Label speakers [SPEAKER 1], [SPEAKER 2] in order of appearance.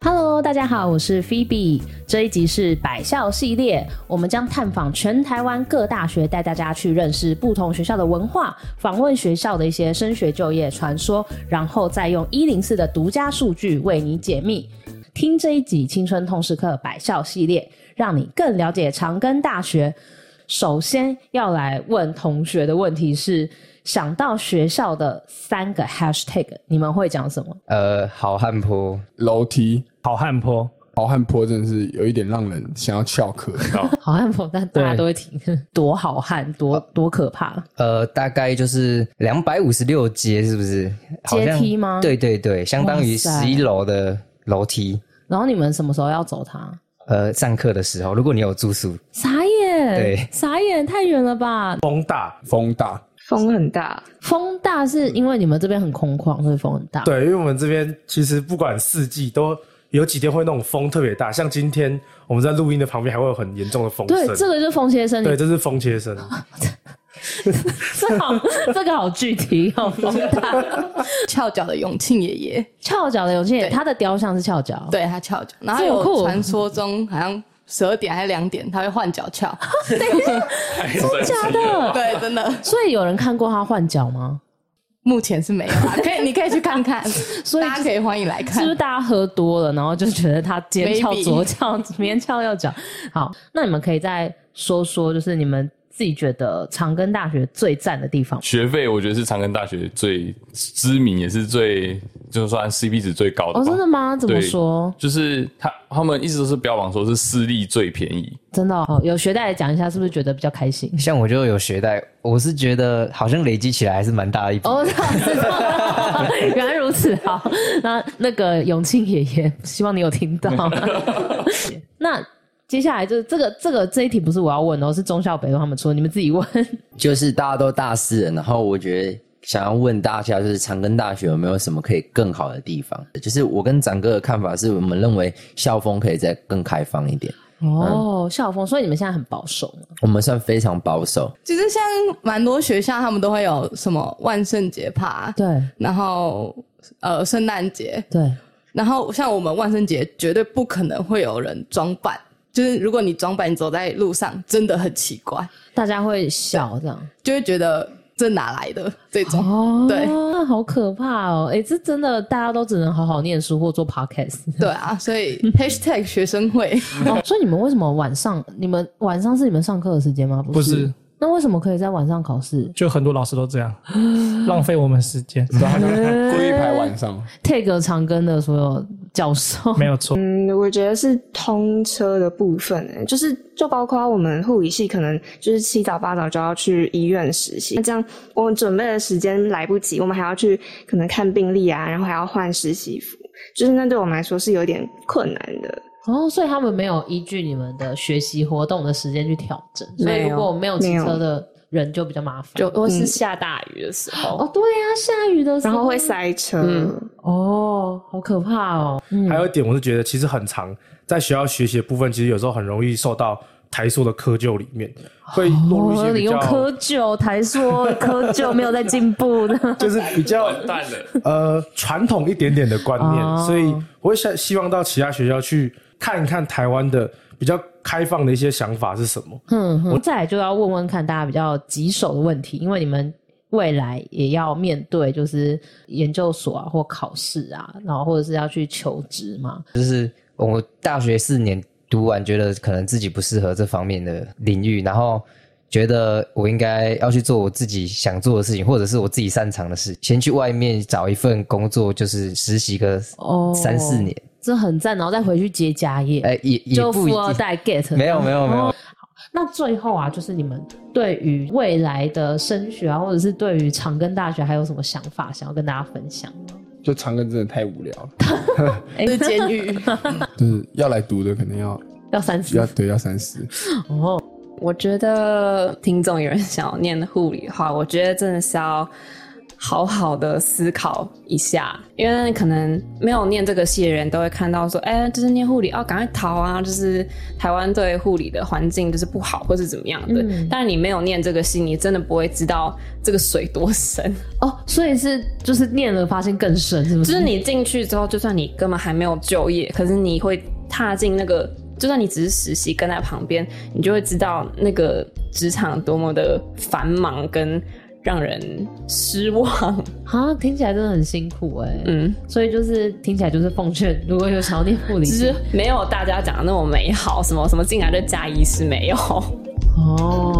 [SPEAKER 1] Hello，大家好，我是 Phoebe。这一集是百校系列，我们将探访全台湾各大学，带大家去认识不同学校的文化，访问学校的一些升学就业传说，然后再用一零四的独家数据为你解密。听这一集《青春通识课》百校系列，让你更了解长庚大学。首先要来问同学的问题是：想到学校的三个 hashtag，你们会讲什么？
[SPEAKER 2] 呃，好汉坡，
[SPEAKER 3] 楼梯，
[SPEAKER 4] 好汉坡，
[SPEAKER 3] 好汉坡真的是有一点让人想要翘课。
[SPEAKER 1] 好汉否，但大家
[SPEAKER 4] 对
[SPEAKER 1] 都会听，多好汉，多多可怕。
[SPEAKER 2] 呃，大概就是两百五十六阶，是不是？好像
[SPEAKER 1] 阶梯吗
[SPEAKER 2] 对对对，相当于
[SPEAKER 1] 哇
[SPEAKER 2] 十
[SPEAKER 1] 塞
[SPEAKER 2] 一楼的楼梯。
[SPEAKER 1] 然后你们什么时候要走它？
[SPEAKER 2] 呃，上课的时候，如果你有住宿，
[SPEAKER 1] 傻眼，
[SPEAKER 2] 对
[SPEAKER 1] 傻眼，太远了吧？
[SPEAKER 4] 风大，
[SPEAKER 3] 风大，
[SPEAKER 5] 风很大，
[SPEAKER 1] 风大是因为你们这边很空旷，所以风很大。，
[SPEAKER 4] 对，因为我们这边其实不管四季都有几天会那种风特别大，像今天我们在录音的旁边还会有很严重的风
[SPEAKER 1] 对，
[SPEAKER 4] 声，
[SPEAKER 1] 这个就是风切声，
[SPEAKER 4] 对，这是风切声，
[SPEAKER 1] 这 好，这个好具体，好风大。
[SPEAKER 5] 翘脚的永庆爷爷，
[SPEAKER 1] 翘脚的勇气，
[SPEAKER 5] 对
[SPEAKER 1] 他的雕像是翘脚，
[SPEAKER 5] 对他翘脚，然后
[SPEAKER 1] 哦这
[SPEAKER 5] 还
[SPEAKER 1] 么酷
[SPEAKER 5] 有传说中好像十二点还是两点他会换脚 翘，
[SPEAKER 1] 真假的？
[SPEAKER 5] 对，真的，
[SPEAKER 1] 所以有人看过他换脚吗？
[SPEAKER 5] 目前是没有啊，可以你可以去看看，
[SPEAKER 1] 所以
[SPEAKER 5] 大家可以欢迎来
[SPEAKER 1] 是不
[SPEAKER 5] 看
[SPEAKER 1] 是。大家喝多了，然后就觉得他尖翘
[SPEAKER 5] Maybe
[SPEAKER 1] 左翘，明天翘右脚？好，那你们可以再说说，就是你们自己觉得长庚大学最赞的地方。
[SPEAKER 6] 学费我觉得是长庚大学最知名，也是最就是算 CP 值最高的吧。
[SPEAKER 1] 哦，真的吗？怎么
[SPEAKER 6] 对
[SPEAKER 1] 说？
[SPEAKER 6] 就是他他们一直都是标榜说是私立最便宜，
[SPEAKER 1] 真的哦，有学贷讲一下，是不是觉得比较开心？
[SPEAKER 2] 像我就有学贷，我是觉得好像累积起来还是蛮大的一笔。
[SPEAKER 1] 哦， 知道， 原来如此。好，那那个永庆爷爷，希望你有听 到。那接下来就是这个这个这一题不是我要问的哦，是中校北路他们出的，你们自己问。
[SPEAKER 7] 就是大家都大四了，然后我觉得想要问大家，就是长庚大学有没有什么可以更好的地方？就是我跟展哥的看法是，我们认为校风可以再更开放一点，
[SPEAKER 1] 哦，校风，所以你们现在很保守吗？
[SPEAKER 7] 我们算非常保守。
[SPEAKER 5] 其实像蛮多学校他们都会有什么万圣节趴，
[SPEAKER 1] 对
[SPEAKER 5] 然后呃圣诞节，
[SPEAKER 1] 对，
[SPEAKER 5] 然后像我们万圣节绝对不可能会有人装扮，就是如果你装扮你走在路上真的很奇怪，
[SPEAKER 1] 大家会笑这样。
[SPEAKER 5] 就会觉得这哪来的这种。
[SPEAKER 1] 哦
[SPEAKER 5] 对
[SPEAKER 1] 那好可怕哦！哎，这真的大家都只能好好念书或做 podcast。
[SPEAKER 5] 对啊，所以 hashtag 学生会，
[SPEAKER 1] 哦，所以你们为什么晚上？你们晚上是你们上课的时间吗？不
[SPEAKER 4] 不是，
[SPEAKER 1] 那为什么可以在晚上考试
[SPEAKER 4] 就很多老师都这 样，浪费我们时间，
[SPEAKER 3] 然后他就故意排晚上，
[SPEAKER 1] ？take 长庚的所有教授，
[SPEAKER 4] 没有错。
[SPEAKER 8] 嗯，我觉得是通车的部分、欸，就是就包括我们护理系可能就是七早八早就要去医院实习，那这样我们准备的时间来不及，我们还要去可能看病历啊，然后还要换实习服，就是那对我们来说是有点困难的。
[SPEAKER 1] 哦，所以他们没有依据你们的学习活动的时间去调整，所
[SPEAKER 8] 没
[SPEAKER 1] 以
[SPEAKER 8] 有
[SPEAKER 1] 如果没有骑
[SPEAKER 8] 没有
[SPEAKER 1] 车的人就比较麻烦。哦
[SPEAKER 5] 就或
[SPEAKER 8] 是
[SPEAKER 5] 下大雨的时候
[SPEAKER 1] 哦，对呀、下雨的时
[SPEAKER 8] 然
[SPEAKER 1] 候
[SPEAKER 8] 后会塞车，
[SPEAKER 5] 嗯
[SPEAKER 1] 哦，好可怕哦。嗯
[SPEAKER 4] 还有一点，我是觉得其实很长，在学校学习的部分，其实有时候很容易受到台塑的窠臼里面，会落入一
[SPEAKER 1] 哦
[SPEAKER 4] 些，
[SPEAKER 1] 你
[SPEAKER 4] 比
[SPEAKER 1] 用
[SPEAKER 4] 较
[SPEAKER 1] 窠臼，台说窠臼没有在进步 的。
[SPEAKER 4] 就是比较
[SPEAKER 6] 蛋了。
[SPEAKER 4] 呃传统一点点的观念，
[SPEAKER 1] 哦
[SPEAKER 4] 所以我会想希望到其他学校去看一看台湾的比较开放的一些想法是什么。
[SPEAKER 1] 嗯哼，再来就要问问看大家比较棘手的问题，因为你们未来也要面对就是研究所啊或考试啊，然后或者是要去求职嘛。
[SPEAKER 2] 我大学四年读完，觉得可能自己不适合这方面的领域，然后觉得我应该要去做我自己想做的事情，或者是我自己擅长的事，先去外面找一份工作，就是实习个
[SPEAKER 1] 哦
[SPEAKER 2] 三四年，
[SPEAKER 1] 这很赞，然后再回去接家业，
[SPEAKER 2] 哎、也也
[SPEAKER 1] 就
[SPEAKER 2] 不
[SPEAKER 1] 富
[SPEAKER 2] 一
[SPEAKER 1] 二
[SPEAKER 2] 定。
[SPEAKER 1] 代 get
[SPEAKER 2] 没有没有没有，
[SPEAKER 1] 那最后啊，就是你们对于未来的升学啊，或者是对于长庚大学还有什么想法想要跟大家分享吗？
[SPEAKER 3] 就长庚真的太无聊了，
[SPEAKER 5] 是监 狱，
[SPEAKER 3] 就是要来读的可能要
[SPEAKER 1] 要三思
[SPEAKER 3] 要对要三思。
[SPEAKER 1] 哦，
[SPEAKER 9] 我觉得听众有人想要念护理的话，我觉得真的是要好好的思考一下，因为可能没有念这个系的人都会看到说，哎、就是念护理哦，赶快逃啊，就是台湾对护理的环境就是不好，或是怎么样的。
[SPEAKER 1] 嗯
[SPEAKER 9] 但是你没有念这个系，你真的不会知道这个水多深。
[SPEAKER 1] 哦，所以是就是念了发现更深，是不？
[SPEAKER 9] 就是是你进去之后，就算你根本还没有就业，可是你会踏进那个，就算你只是实习跟在旁边，你就会知道那个职场多么的繁忙跟让人失望。
[SPEAKER 1] 啊，听起来真的很辛苦哎、
[SPEAKER 9] 嗯，
[SPEAKER 1] 所以就是听起来就是奉劝，如果有想要念护理
[SPEAKER 9] 只
[SPEAKER 1] 系，
[SPEAKER 9] 是没有大家讲的那么美好，什么什么进来就加医师没有。
[SPEAKER 1] 哦。